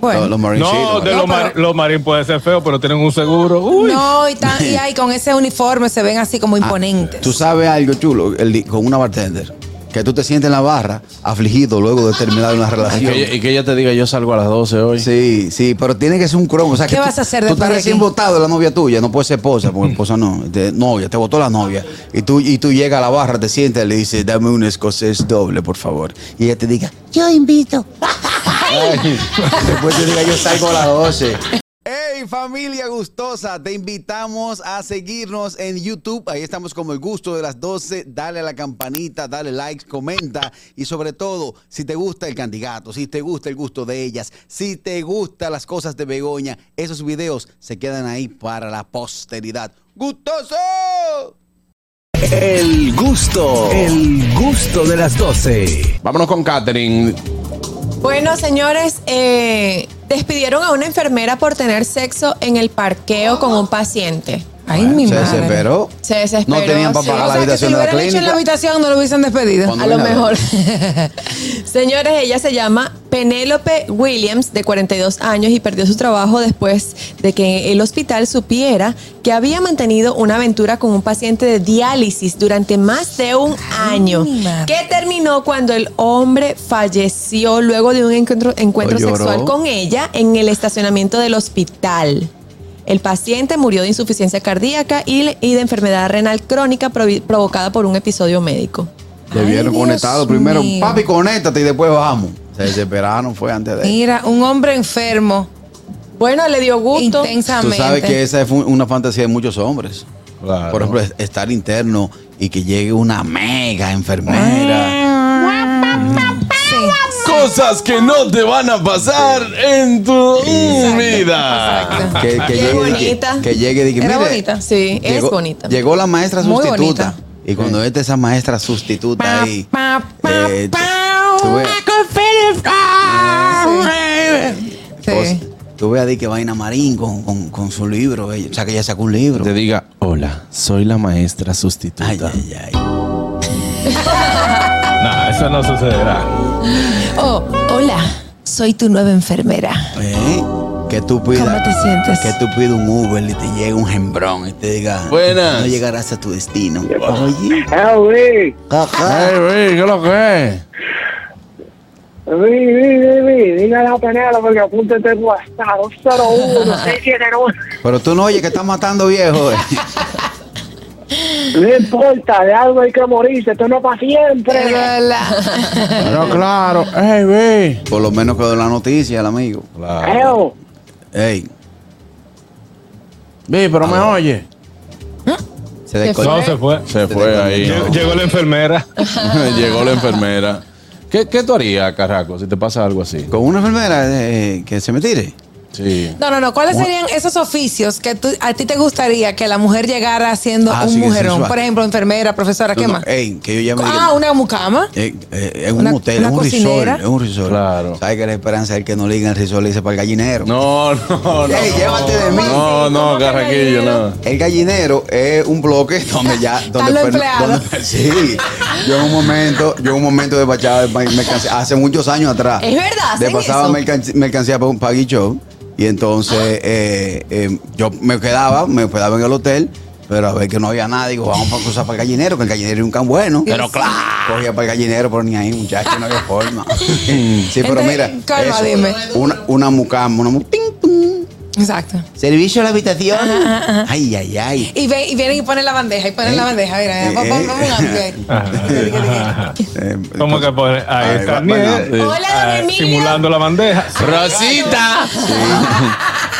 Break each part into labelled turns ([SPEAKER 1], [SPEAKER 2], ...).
[SPEAKER 1] Bueno.
[SPEAKER 2] Los, los Marines sí,
[SPEAKER 3] No,
[SPEAKER 2] los
[SPEAKER 3] de
[SPEAKER 2] Marines.
[SPEAKER 3] los,
[SPEAKER 1] No,
[SPEAKER 3] mar-
[SPEAKER 1] pero-
[SPEAKER 3] los marines pueden ser feos, pero tienen un seguro. Uy.
[SPEAKER 1] No, y, tan- y ahí con ese uniforme se ven así como
[SPEAKER 2] Ah,
[SPEAKER 1] imponentes.
[SPEAKER 2] Tú sabes algo chulo el di- con una bartender. Que tú te sientes en la barra afligido luego de terminar una
[SPEAKER 4] Y
[SPEAKER 2] relación.
[SPEAKER 4] que, ella, y que ella te diga, yo salgo a las 12 hoy.
[SPEAKER 2] Sí, sí, pero tiene que ser un cromo. O sea,
[SPEAKER 1] ¿Qué
[SPEAKER 2] que tú-
[SPEAKER 1] vas a hacer
[SPEAKER 2] Tú
[SPEAKER 1] después
[SPEAKER 2] estás
[SPEAKER 1] de
[SPEAKER 2] recién
[SPEAKER 1] aquí?
[SPEAKER 2] votado de la novia tuya, no puede ser esposa, porque esposa no. de novia, te votó la novia. Y tú, y tú llegas a la barra, te sientas y le dices, dame un escocés doble, por favor. Y ella te diga, yo invito. Ay, después te diga, yo salgo a las 12. Hey familia gustosa, te invitamos a seguirnos en YouTube. Ahí estamos como el gusto de las 12. Dale a la campanita, dale like, comenta y sobre todo, si te gusta el candidato, si te gusta el gusto de ellas, si te gustan las cosas de Begoña, esos videos se quedan ahí para la posteridad. ¡Gustoso!
[SPEAKER 5] El gusto, el gusto de las 12.
[SPEAKER 4] Vámonos con Catherine.
[SPEAKER 1] Bueno, señores, eh, despidieron a una enfermera por tener sexo en el parqueo con un paciente. Ay, mi
[SPEAKER 2] se
[SPEAKER 1] madre.
[SPEAKER 2] desesperó.
[SPEAKER 1] Se desesperó.
[SPEAKER 2] No tenían para
[SPEAKER 1] sí.
[SPEAKER 2] pagar la
[SPEAKER 1] O sea,
[SPEAKER 2] habitación
[SPEAKER 1] que si
[SPEAKER 2] de
[SPEAKER 1] lo
[SPEAKER 2] la
[SPEAKER 1] hubieran hecho en la
[SPEAKER 2] clínica.
[SPEAKER 1] habitación, no lo hubiesen despedido.
[SPEAKER 2] Cuando
[SPEAKER 1] A lo
[SPEAKER 2] vine a
[SPEAKER 1] mejor. señores, ella se llama Penélope Williams, de 42 años, y perdió su trabajo después de que el hospital supiera que había mantenido una aventura con un paciente de diálisis durante más de un año.
[SPEAKER 6] mi madre.
[SPEAKER 1] Que terminó cuando el hombre falleció luego de un encuentro, encuentro
[SPEAKER 2] Lo lloró.
[SPEAKER 1] sexual con ella en el estacionamiento del hospital. El paciente murió de insuficiencia cardíaca y, y de enfermedad renal crónica provi- provocada por un episodio médico.
[SPEAKER 2] Debieron
[SPEAKER 6] Dios
[SPEAKER 2] conectado primero.
[SPEAKER 6] mío.
[SPEAKER 2] Papi, conéctate y después bajamos. Se desesperaron, fue antes de
[SPEAKER 6] Mira, un hombre enfermo,
[SPEAKER 1] Bueno, le dio gusto.
[SPEAKER 2] Tú
[SPEAKER 6] intensamente.
[SPEAKER 2] sabes que esa es fu- una fantasía de muchos hombres.
[SPEAKER 3] Claro.
[SPEAKER 2] Por ejemplo, es- estar interno y que llegue una mega enfermera.
[SPEAKER 4] Cosas que no te van a pasar en tu vida.
[SPEAKER 1] Exacto.
[SPEAKER 2] Que, que
[SPEAKER 1] Qué
[SPEAKER 2] llegue, y que,
[SPEAKER 1] bonita.
[SPEAKER 2] que llegue y diga,
[SPEAKER 1] Era
[SPEAKER 2] "Mire,
[SPEAKER 1] bonita, sí, es
[SPEAKER 2] llegó-
[SPEAKER 1] bonita.
[SPEAKER 2] Llegó la maestra
[SPEAKER 1] Muy
[SPEAKER 2] sustituta.
[SPEAKER 1] bonita.
[SPEAKER 2] Y cuando esté esa maestra sustituta ahí. eh, tú ves-
[SPEAKER 6] Sí.
[SPEAKER 2] cos- Tú ves a di que vaina marín con, con, con su libro. ella- O sea, que ella sacó un libro.
[SPEAKER 4] Te diga, hola, soy la maestra sustituta.
[SPEAKER 2] Ay, ay, ay.
[SPEAKER 3] Nah, eso no sucederá.
[SPEAKER 6] Oh, hola, soy tu nueva enfermera.
[SPEAKER 2] Eh, Que tú pidas.
[SPEAKER 6] ¿Cómo te sientes?
[SPEAKER 2] Que tú pidas un Uber y te llegue un gembrón y te diga.
[SPEAKER 4] Buenas.
[SPEAKER 2] No llegarás a tu destino. Oye. ah.
[SPEAKER 7] Ah, güey.
[SPEAKER 2] Ajá.
[SPEAKER 4] Ay, güey, ¿qué lo que es?
[SPEAKER 7] Vi, vi, vi, vi. Dile a la penela porque apúntate el WhatsApp 201 679.
[SPEAKER 2] Pero tú no oyes que estás matando viejo. eh.
[SPEAKER 7] No importa, de algo hay que morirse. Esto no es para siempre.
[SPEAKER 4] Pero claro, ay, güey.
[SPEAKER 2] Por lo menos quedó la noticia, el amigo.
[SPEAKER 7] Eo,
[SPEAKER 2] Ey,
[SPEAKER 4] Ve, pero me oye.
[SPEAKER 2] se
[SPEAKER 3] No,
[SPEAKER 2] desconectó.
[SPEAKER 3] se fue.
[SPEAKER 4] Se fue ahí.
[SPEAKER 3] Lle- Llegó la enfermera.
[SPEAKER 4] Llegó la enfermera. ¿Qué, ¿Qué tú harías, Carraco, si te pasa algo así?
[SPEAKER 2] Con una enfermera eh, que se me tire.
[SPEAKER 4] Sí.
[SPEAKER 6] No, no, no. ¿Cuáles serían esos oficios que tú- a ti te gustaría que la mujer llegara siendo
[SPEAKER 2] Ah,
[SPEAKER 6] un
[SPEAKER 2] sí, que
[SPEAKER 6] mujerón?
[SPEAKER 2] sensual.
[SPEAKER 6] Por ejemplo, enfermera, profesora, ¿qué
[SPEAKER 2] No, no,
[SPEAKER 6] más?
[SPEAKER 2] Ey, que yo ya me
[SPEAKER 6] ah, una mucama.
[SPEAKER 2] Eh, eh, es un
[SPEAKER 6] Una-
[SPEAKER 2] hotel,
[SPEAKER 6] una
[SPEAKER 2] es un
[SPEAKER 6] cocinera.
[SPEAKER 2] resort, es un resort.
[SPEAKER 4] Claro.
[SPEAKER 2] ¿Sabes que la esperanza es que no le digan resort le dice para el gallinero?
[SPEAKER 4] No, no, no.
[SPEAKER 2] Ey, llévate de mí.
[SPEAKER 4] No, no,
[SPEAKER 6] ¿Cómo que me
[SPEAKER 4] Carraquillo,
[SPEAKER 6] dieron?
[SPEAKER 4] no.
[SPEAKER 2] El gallinero es un bloque donde ya donde
[SPEAKER 6] los
[SPEAKER 2] per-
[SPEAKER 6] empleados.
[SPEAKER 2] donde- sí. Yo en un momento, yo en un momento despachaba merc- mercancía hace muchos años atrás.
[SPEAKER 1] Es verdad, hacen
[SPEAKER 2] Despachaba
[SPEAKER 1] eso.
[SPEAKER 2] mercan- mercancía para un paggy show y entonces eh, eh, yo me quedaba, me hospedaba en el hotel. Pero a ver que no había nada, digo, vamos para cruzar para el gallinero, que el gallinero es un can bueno. Pero claro. Cogía para el gallinero, pero ni ahí, muchachos, no había forma. Sí, pero
[SPEAKER 6] Entonces,
[SPEAKER 2] mira.
[SPEAKER 6] calma,
[SPEAKER 2] eso,
[SPEAKER 6] dime.
[SPEAKER 2] Una, una mucama, una mu- ting, tum.
[SPEAKER 6] Exacto.
[SPEAKER 2] Servicio a la habitación. Ay, ay, ay.
[SPEAKER 6] Y, ve- y vienen y ponen la bandeja, y ponen
[SPEAKER 2] Eh,
[SPEAKER 6] la bandeja. Mira,
[SPEAKER 2] eh,
[SPEAKER 6] mira, pon-
[SPEAKER 2] eh.
[SPEAKER 6] pon un ápice ahí.
[SPEAKER 3] Ajá. ¿Cómo
[SPEAKER 2] Entonces-
[SPEAKER 3] que pone?
[SPEAKER 2] Ahí
[SPEAKER 3] Ahí está
[SPEAKER 2] va,
[SPEAKER 3] Niel.
[SPEAKER 2] bueno,
[SPEAKER 1] Hola, don
[SPEAKER 3] Ah,
[SPEAKER 1] Emilio.
[SPEAKER 3] Simulando la bandeja.
[SPEAKER 4] Rosita.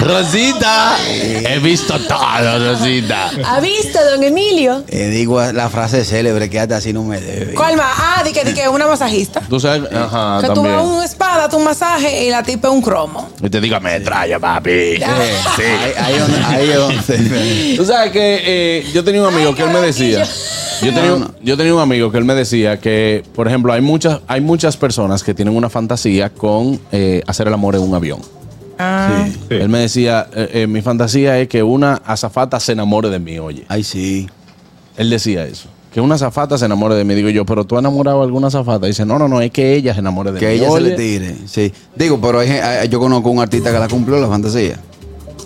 [SPEAKER 4] Rosita. He visto todo, Rosita.
[SPEAKER 1] ¿Ha visto, don Emilio?
[SPEAKER 2] Eh, digo la frase célebre, quédate así, no me debe.
[SPEAKER 6] ¿Cuál más? Ah, di que, di que una masajista.
[SPEAKER 4] Tú sabes, ajá,
[SPEAKER 6] Que tú vas a
[SPEAKER 4] Ah, también.
[SPEAKER 6] un espada, tú un masaje y la tipa es un cromo.
[SPEAKER 4] Y te diga, me trae, papi.
[SPEAKER 6] Ah.
[SPEAKER 2] Sí. Eh, Ahí, ahí donde- ahí donde-
[SPEAKER 4] Tú sabes que eh, yo tenía un amigo que él me decía. Yo tenía, un- yo tenía un amigo que él me decía que, por ejemplo, hay muchas, hay muchas personas que tienen una fantasía con eh, hacer el amor en un avión.
[SPEAKER 6] Ah.
[SPEAKER 3] Sí.
[SPEAKER 4] Él me decía, eh, eh, mi fantasía es que una azafata se enamore de mí, oye.
[SPEAKER 2] Ay, sí.
[SPEAKER 4] Él decía eso. Que que una zafata se enamore de mí. Digo yo, pero tú has enamorado a alguna zafata. Dice, no, no, no, es que ella se enamore de
[SPEAKER 2] Que
[SPEAKER 4] mí.
[SPEAKER 2] ella se
[SPEAKER 4] Oye,
[SPEAKER 2] le tire. Sí. Digo, pero hay gen- hay- yo conozco un artista que la cumplió la fantasía.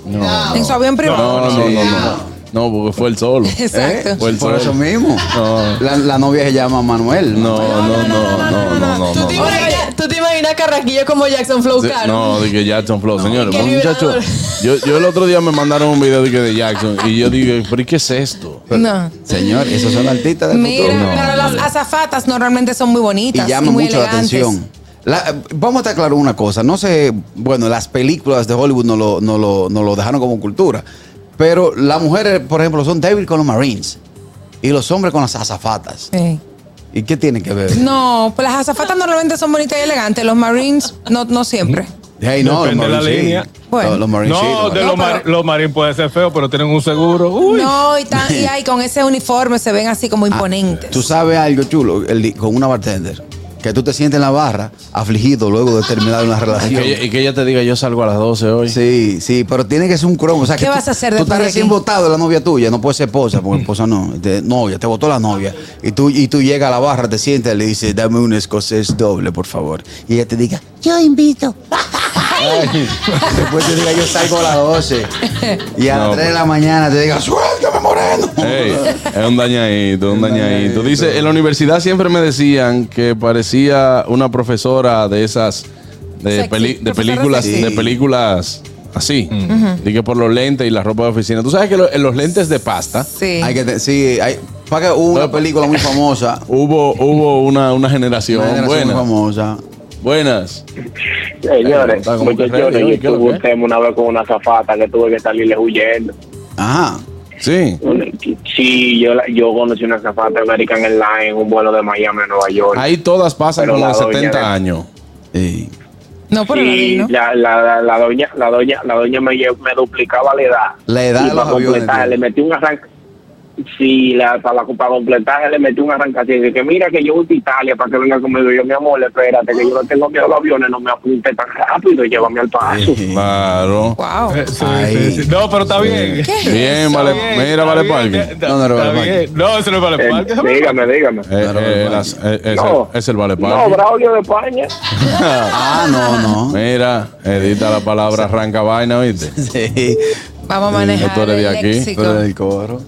[SPEAKER 4] No, no,
[SPEAKER 6] En su avión privado.
[SPEAKER 4] no, no,
[SPEAKER 2] Sí.
[SPEAKER 4] no, no. No, porque fue el solo.
[SPEAKER 6] Exacto.
[SPEAKER 2] ¿Eh?
[SPEAKER 4] Fue el
[SPEAKER 2] Por
[SPEAKER 4] sol.
[SPEAKER 2] eso mismo.
[SPEAKER 4] No.
[SPEAKER 2] La, la novia se llama Manuel.
[SPEAKER 4] No, no, no, no, no, no, no.
[SPEAKER 1] ¿Tú te, imaginas, tú te imaginas Carrasquillo como Jackson Flow
[SPEAKER 4] Sí,
[SPEAKER 1] Caro?
[SPEAKER 4] No, de que Jackson Flow, señores.
[SPEAKER 1] qué
[SPEAKER 4] Muchachos,
[SPEAKER 1] vibrador.
[SPEAKER 4] yo, yo el otro día me mandaron un video de, que de Jackson y yo dije, pero ¿y qué es esto?
[SPEAKER 6] No.
[SPEAKER 2] Señor, esos son artistas del
[SPEAKER 6] Mira,
[SPEAKER 2] futuro.
[SPEAKER 6] pero las azafatas normalmente son muy bonitas
[SPEAKER 2] y
[SPEAKER 6] y,
[SPEAKER 2] llama
[SPEAKER 6] muy
[SPEAKER 2] mucho la
[SPEAKER 6] elegantes.
[SPEAKER 2] atención. La- vamos a estar claro una cosa, no sé, bueno, las películas de Hollywood no lo, no lo, no lo dejaron como cultura, pero las mujeres, por ejemplo, son débiles con los Marines y los hombres con las azafatas.
[SPEAKER 6] Sí.
[SPEAKER 2] ¿Y qué tiene que ver?
[SPEAKER 6] No, pues las azafatas normalmente son bonitas y elegantes. Los Marines no, no siempre.
[SPEAKER 2] Hey, no, los
[SPEAKER 3] Depende de la
[SPEAKER 2] Marines sí.
[SPEAKER 3] línea.
[SPEAKER 6] Bueno.
[SPEAKER 2] Los- los Marines sí,
[SPEAKER 3] No,
[SPEAKER 2] los
[SPEAKER 3] de
[SPEAKER 2] Marines.
[SPEAKER 3] los, mar- los marines pueden ser feos, pero tienen un seguro. Uy.
[SPEAKER 6] No, y, tan, y ahí con ese uniforme se ven así como imponentes.
[SPEAKER 2] Tú sabes algo chulo el di- con una bartender, que tú te sientes en la barra afligido luego de terminar una
[SPEAKER 4] Y
[SPEAKER 2] relación.
[SPEAKER 4] que, ella, y que ella te diga, yo salgo a las 12 hoy.
[SPEAKER 2] Sí, sí, pero tiene que ser un cromo. O sea,
[SPEAKER 6] ¿Qué
[SPEAKER 2] que tú-
[SPEAKER 6] vas a hacer
[SPEAKER 2] Tú
[SPEAKER 6] después
[SPEAKER 2] estás
[SPEAKER 6] de
[SPEAKER 2] recién
[SPEAKER 6] aquí?
[SPEAKER 2] votado la novia tuya, no puede ser esposa, porque esposa no, de novia, te votó la novia. Y tú, y tú llegas a la barra, te sientas y le dices, dame un escocés doble, por favor. Y ella te diga, yo invito. Ay, después te diga, yo salgo a las 12. Y a
[SPEAKER 4] No,
[SPEAKER 2] las 3 de
[SPEAKER 4] pero-
[SPEAKER 2] la mañana te diga, suéltame, moreno.
[SPEAKER 4] Ey, es un dañadito, un
[SPEAKER 2] Un
[SPEAKER 4] dañadito.
[SPEAKER 2] dañadito.
[SPEAKER 4] Dice, en la universidad siempre me decían que parecía una profesora de esas de,
[SPEAKER 6] Sexy,
[SPEAKER 4] peli- de
[SPEAKER 6] profesora
[SPEAKER 4] películas,
[SPEAKER 2] sexy.
[SPEAKER 4] de películas así. Y que por los lentes y la ropa de oficina. Tú sabes que lo- en los lentes de pasta
[SPEAKER 6] Sí.
[SPEAKER 2] Hay que, te- sí, hay, paga una
[SPEAKER 4] No,
[SPEAKER 2] película muy famosa.
[SPEAKER 4] hubo, hubo una, una generación
[SPEAKER 2] Una generación
[SPEAKER 4] buena.
[SPEAKER 2] muy famosa.
[SPEAKER 4] Buenas.
[SPEAKER 7] Señores,
[SPEAKER 4] Está como
[SPEAKER 7] muchachones,
[SPEAKER 4] terreno, ¿y
[SPEAKER 7] yo
[SPEAKER 4] qué es lo
[SPEAKER 7] tuve
[SPEAKER 4] que
[SPEAKER 7] un tema una vez con una zafata que tuve que salirle huyendo.
[SPEAKER 2] Ajá.
[SPEAKER 4] Sí.
[SPEAKER 7] Sí, yo, la- yo conocí una zafata de American Airlines en un vuelo de Miami a Nueva York.
[SPEAKER 4] Ahí todas pasan
[SPEAKER 7] Pero
[SPEAKER 4] como
[SPEAKER 7] la
[SPEAKER 4] de
[SPEAKER 7] doña
[SPEAKER 4] 70
[SPEAKER 7] de-
[SPEAKER 4] años.
[SPEAKER 2] Sí.
[SPEAKER 6] no, pero la
[SPEAKER 7] Sí,
[SPEAKER 6] vi, ¿no?
[SPEAKER 7] la, la, la, la doña, la doña, la doña me, lle- me duplicaba la edad.
[SPEAKER 2] La edad
[SPEAKER 7] Y
[SPEAKER 2] de
[SPEAKER 7] para
[SPEAKER 2] los aviones,
[SPEAKER 7] completar,
[SPEAKER 2] tío.
[SPEAKER 7] le metí un arranque. Sí, la, para, para completar, le metí un arranque así. de que mira que yo voy a Italia para que venga conmigo. Yo, mi amor, espérate, que yo no tengo miedo a los aviones, no me apunte tan rápido, llévame al
[SPEAKER 4] Ah,
[SPEAKER 7] paso.
[SPEAKER 4] Claro.
[SPEAKER 6] Wow.
[SPEAKER 3] Eh, sí,
[SPEAKER 2] Ay.
[SPEAKER 3] sí, sí. No, pero está bien.
[SPEAKER 6] ¿Qué?
[SPEAKER 4] Bien,
[SPEAKER 3] Está
[SPEAKER 4] vale.
[SPEAKER 3] bien,
[SPEAKER 4] Mira, vale, Eh,
[SPEAKER 3] está bien.
[SPEAKER 4] parking.
[SPEAKER 3] Está-
[SPEAKER 2] No, no era
[SPEAKER 3] está
[SPEAKER 2] vale
[SPEAKER 3] bien. No, eso no es vale
[SPEAKER 7] Eh,
[SPEAKER 3] parking.
[SPEAKER 7] dígame, dígame.
[SPEAKER 4] Eh,
[SPEAKER 2] Claro,
[SPEAKER 4] eh,
[SPEAKER 2] vale,
[SPEAKER 4] las-
[SPEAKER 2] parking.
[SPEAKER 4] eh, es,
[SPEAKER 7] No.
[SPEAKER 4] el, es el vale
[SPEAKER 7] No,
[SPEAKER 4] parking.
[SPEAKER 7] Braulio de España.
[SPEAKER 2] Ah, no, no.
[SPEAKER 4] Mira, edita la palabra arranca vaina, ¿viste?
[SPEAKER 2] Sí.
[SPEAKER 6] Vamos a manejar
[SPEAKER 4] Esto
[SPEAKER 6] el
[SPEAKER 4] eres de aquí.
[SPEAKER 6] léxico.
[SPEAKER 2] Pero del coro.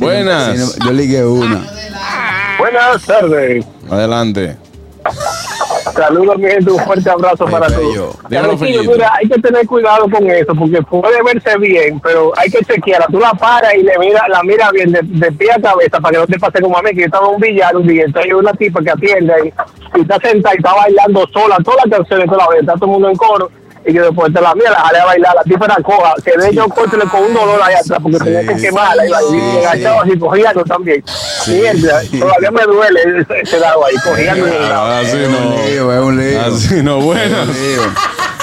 [SPEAKER 4] Buenas. Ah,
[SPEAKER 2] Sí, no, yo ligué una.
[SPEAKER 7] Buenas tardes.
[SPEAKER 4] Adelante.
[SPEAKER 7] Saludos, mi gente. Un fuerte abrazo
[SPEAKER 2] Ay,
[SPEAKER 7] para
[SPEAKER 2] bello.
[SPEAKER 7] todos.
[SPEAKER 4] Dímelo,
[SPEAKER 7] Carlitos,
[SPEAKER 4] Fellito.
[SPEAKER 7] mira, hay que tener cuidado con eso, porque puede verse bien, pero hay que chequearla. Tú la paras y le mira, la mira bien de, de pie a cabeza para que no te pase como a mí, que yo estaba en un billar un día. Entonces hay una tipa que atiende y, y está sentada y está bailando sola todas las canciones, toda la vez. Está todo el mundo en coro. Y yo después de la mía la jalé a bailar, la tipa era coja, que de hecho córtele con un dolor allá atrás porque
[SPEAKER 2] Sí,
[SPEAKER 7] tenía que
[SPEAKER 2] sí,
[SPEAKER 7] quemarla y la
[SPEAKER 2] sí,
[SPEAKER 7] y enganchaba
[SPEAKER 2] sí.
[SPEAKER 7] así, cogiendo también. Mierda, todavía me duele ese, ese lado ahí, cogiendo. ese lado.
[SPEAKER 4] Ah,
[SPEAKER 2] Es
[SPEAKER 4] Así
[SPEAKER 2] un lío, es un lío.
[SPEAKER 4] no. Así no, buenas.
[SPEAKER 2] Digo,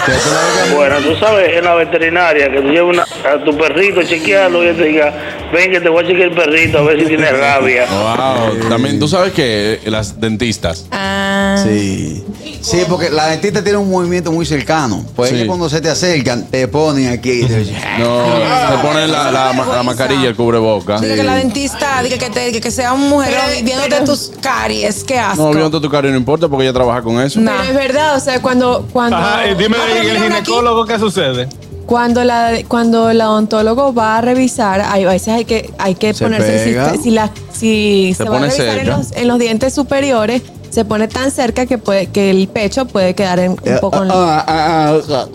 [SPEAKER 2] que eso es lo que-
[SPEAKER 8] Bueno, tú sabes, en la veterinaria, que tú llevas una- a tu perrito, chequearlo y él te diga, ven que te voy a chequear el perrito, a ver si tiene rabia.
[SPEAKER 4] Wow. También tú sabes que las dentistas.
[SPEAKER 6] Ah,
[SPEAKER 2] Sí. Sí, porque la dentista tiene un movimiento muy cercano. Pues
[SPEAKER 4] Sí.
[SPEAKER 2] ellos cuando se te acercan, te ponen aquí. y te-
[SPEAKER 4] No,
[SPEAKER 6] Ah,
[SPEAKER 4] te ponen la, la- la mascarilla, el cubreboca.
[SPEAKER 6] Diga que la dentista, diga que, te, que, que sea un mujerón
[SPEAKER 1] Pero-
[SPEAKER 6] viéndote
[SPEAKER 1] pero-
[SPEAKER 6] tus caries, qué
[SPEAKER 4] No,
[SPEAKER 6] asco.
[SPEAKER 4] viendo tu cariño no importa porque ella trabaja con eso.
[SPEAKER 6] No.
[SPEAKER 1] Pero es verdad, o sea, cuando cuando
[SPEAKER 3] Ajá, eh, dime
[SPEAKER 6] Ah, pero
[SPEAKER 3] el
[SPEAKER 6] mira una aquí.
[SPEAKER 3] ginecólogo qué sucede.
[SPEAKER 1] cuando la cuando el odontólogo va a revisar, hay a veces hay que hay que
[SPEAKER 2] Se
[SPEAKER 1] ponerse si,
[SPEAKER 2] pega.
[SPEAKER 1] te- si la si
[SPEAKER 4] Se
[SPEAKER 1] se, va a
[SPEAKER 4] pone
[SPEAKER 1] revisar en
[SPEAKER 4] cerca.
[SPEAKER 1] los, en los dientes superiores se pone tan cerca que puede que el pecho puede quedar en- un poco en
[SPEAKER 2] Ah, ah, ah, ah.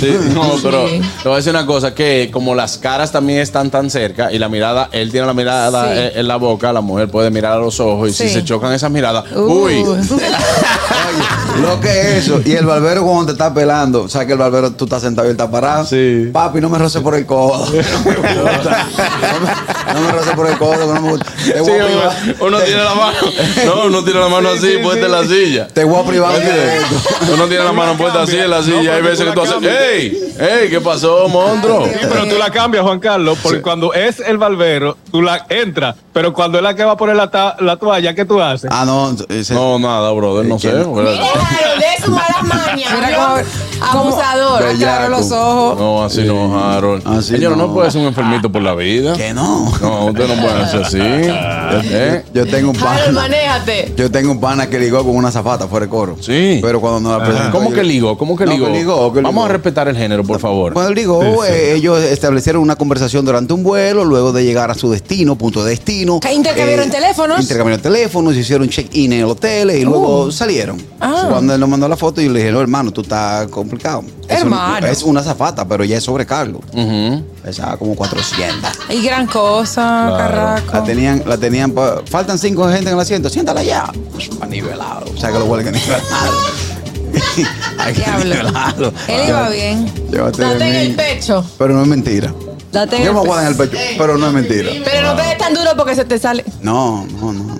[SPEAKER 4] Sí, no, pero
[SPEAKER 1] Sí.
[SPEAKER 4] te voy a decir una cosa, que como las caras también están tan cerca y la mirada, él tiene la mirada
[SPEAKER 6] Sí.
[SPEAKER 4] en- en la boca, la mujer puede mirar a los ojos y si
[SPEAKER 6] Sí.
[SPEAKER 4] se chocan esas miradas,
[SPEAKER 6] Uh.
[SPEAKER 4] uy,
[SPEAKER 2] Oye, lo que es eso. Y el barbero cuando te está pelando, o sea que el barbero tú estás sentado y él está parado.
[SPEAKER 4] Sí.
[SPEAKER 2] Papi, no me roces por el codo. No me gusta. No me, no me roces por el codo, que no me gusta. Te
[SPEAKER 4] Sí,
[SPEAKER 2] voy a privar-
[SPEAKER 4] uno tiene la mano, no, uno tiene la mano
[SPEAKER 3] Sí,
[SPEAKER 4] así,
[SPEAKER 3] sí,
[SPEAKER 4] puesta
[SPEAKER 3] sí.
[SPEAKER 4] en la silla.
[SPEAKER 2] te voy a privar de esto.
[SPEAKER 4] Uno tiene la mano puesta así en la silla, hay veces que tú haces, ¡Ey! ¡Ey! ¿Qué pasó,
[SPEAKER 2] Ah,
[SPEAKER 4] monstruo?
[SPEAKER 3] Sí, pero tú la cambias, Juan Carlos, porque cuando es el barbero, tú la entras, pero cuando es la que va a poner la, ta- la toalla, ¿qué tú haces?
[SPEAKER 2] Ah, no. ese-
[SPEAKER 4] No, nada, brother, no sé. ¿verdad?
[SPEAKER 1] Claro, de su mala maña.
[SPEAKER 6] Mira
[SPEAKER 1] habló
[SPEAKER 6] cómo-
[SPEAKER 1] Abusador.
[SPEAKER 2] Bellaco.
[SPEAKER 6] Claro, los ojos.
[SPEAKER 4] No, así no, Harold.
[SPEAKER 2] Así
[SPEAKER 4] Señor, no.
[SPEAKER 2] no.
[SPEAKER 4] puede ser un enfermito por la vida.
[SPEAKER 2] Que no.
[SPEAKER 4] No, usted no puede ser así. ¿Eh?
[SPEAKER 2] Yo tengo un
[SPEAKER 1] Harold,
[SPEAKER 2] pana.
[SPEAKER 1] manéjate.
[SPEAKER 2] Yo tengo un pana que ligó con una zafata fuera de coro.
[SPEAKER 4] Sí.
[SPEAKER 2] Pero cuando no la presentó.
[SPEAKER 4] ¿Cómo
[SPEAKER 2] yo-
[SPEAKER 4] que ligó? ¿Cómo que
[SPEAKER 2] Ah, No,
[SPEAKER 4] ligó?
[SPEAKER 2] que ligó.
[SPEAKER 4] Vamos a respetar el género, por favor.
[SPEAKER 2] Cuando ligó, eh, ellos establecieron una conversación durante un vuelo, luego de llegar a su destino, punto de destino. Eh,
[SPEAKER 6] ¿Que intercambiaron teléfonos?
[SPEAKER 2] Intercambiaron teléfonos, hicieron check-in en el hotel y luego salieron.
[SPEAKER 6] Ah.
[SPEAKER 2] Cuando él nos mandó la foto, yo le dije, no, hermano, tú estás complicado. Es un-
[SPEAKER 6] Hermano.
[SPEAKER 2] es una zafata, pero ya es sobrecargo.
[SPEAKER 4] Ujú.
[SPEAKER 2] Pesaba como 400.
[SPEAKER 6] Y gran cosa,
[SPEAKER 2] La
[SPEAKER 6] caraco.
[SPEAKER 2] tenían, la tenían, pa- faltan cinco gente en el asiento, siéntala ya. Pa' nivelado, o sea que lo vuelven nivelado. Hay que
[SPEAKER 6] Diablo.
[SPEAKER 2] nivelarlo.
[SPEAKER 6] Él iba bien.
[SPEAKER 2] Llévate de
[SPEAKER 1] Date en
[SPEAKER 2] mí.
[SPEAKER 1] el pecho.
[SPEAKER 2] Pero no es mentira.
[SPEAKER 1] Date en
[SPEAKER 2] Yo
[SPEAKER 1] el
[SPEAKER 2] me
[SPEAKER 1] pecho.
[SPEAKER 2] aguanto en el pecho, pero no es mentira.
[SPEAKER 1] Pero no te des tan duro porque se te sale.
[SPEAKER 2] No, no, no. no.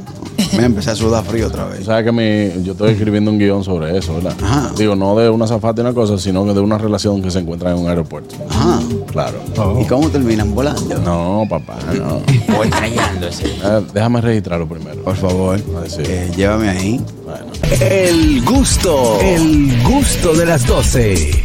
[SPEAKER 2] Me empecé a sudar frío otra
[SPEAKER 4] Tú
[SPEAKER 2] vez.
[SPEAKER 4] sabes que mi- yo estoy escribiendo un guión sobre eso, ¿verdad?
[SPEAKER 2] Ajá.
[SPEAKER 4] Digo, no de una zafata y una cosa, sino que de una relación que se encuentra en un aeropuerto.
[SPEAKER 2] Ajá.
[SPEAKER 4] Claro.
[SPEAKER 2] ¿Y cómo terminan volando?
[SPEAKER 4] No, papá, no.
[SPEAKER 2] O estrellándose.
[SPEAKER 4] Ah, Déjame registrarlo primero.
[SPEAKER 2] Por favor,
[SPEAKER 4] Ay, sí.
[SPEAKER 2] eh, llévame ahí.
[SPEAKER 4] Bueno.
[SPEAKER 5] El gusto, el gusto de las 12.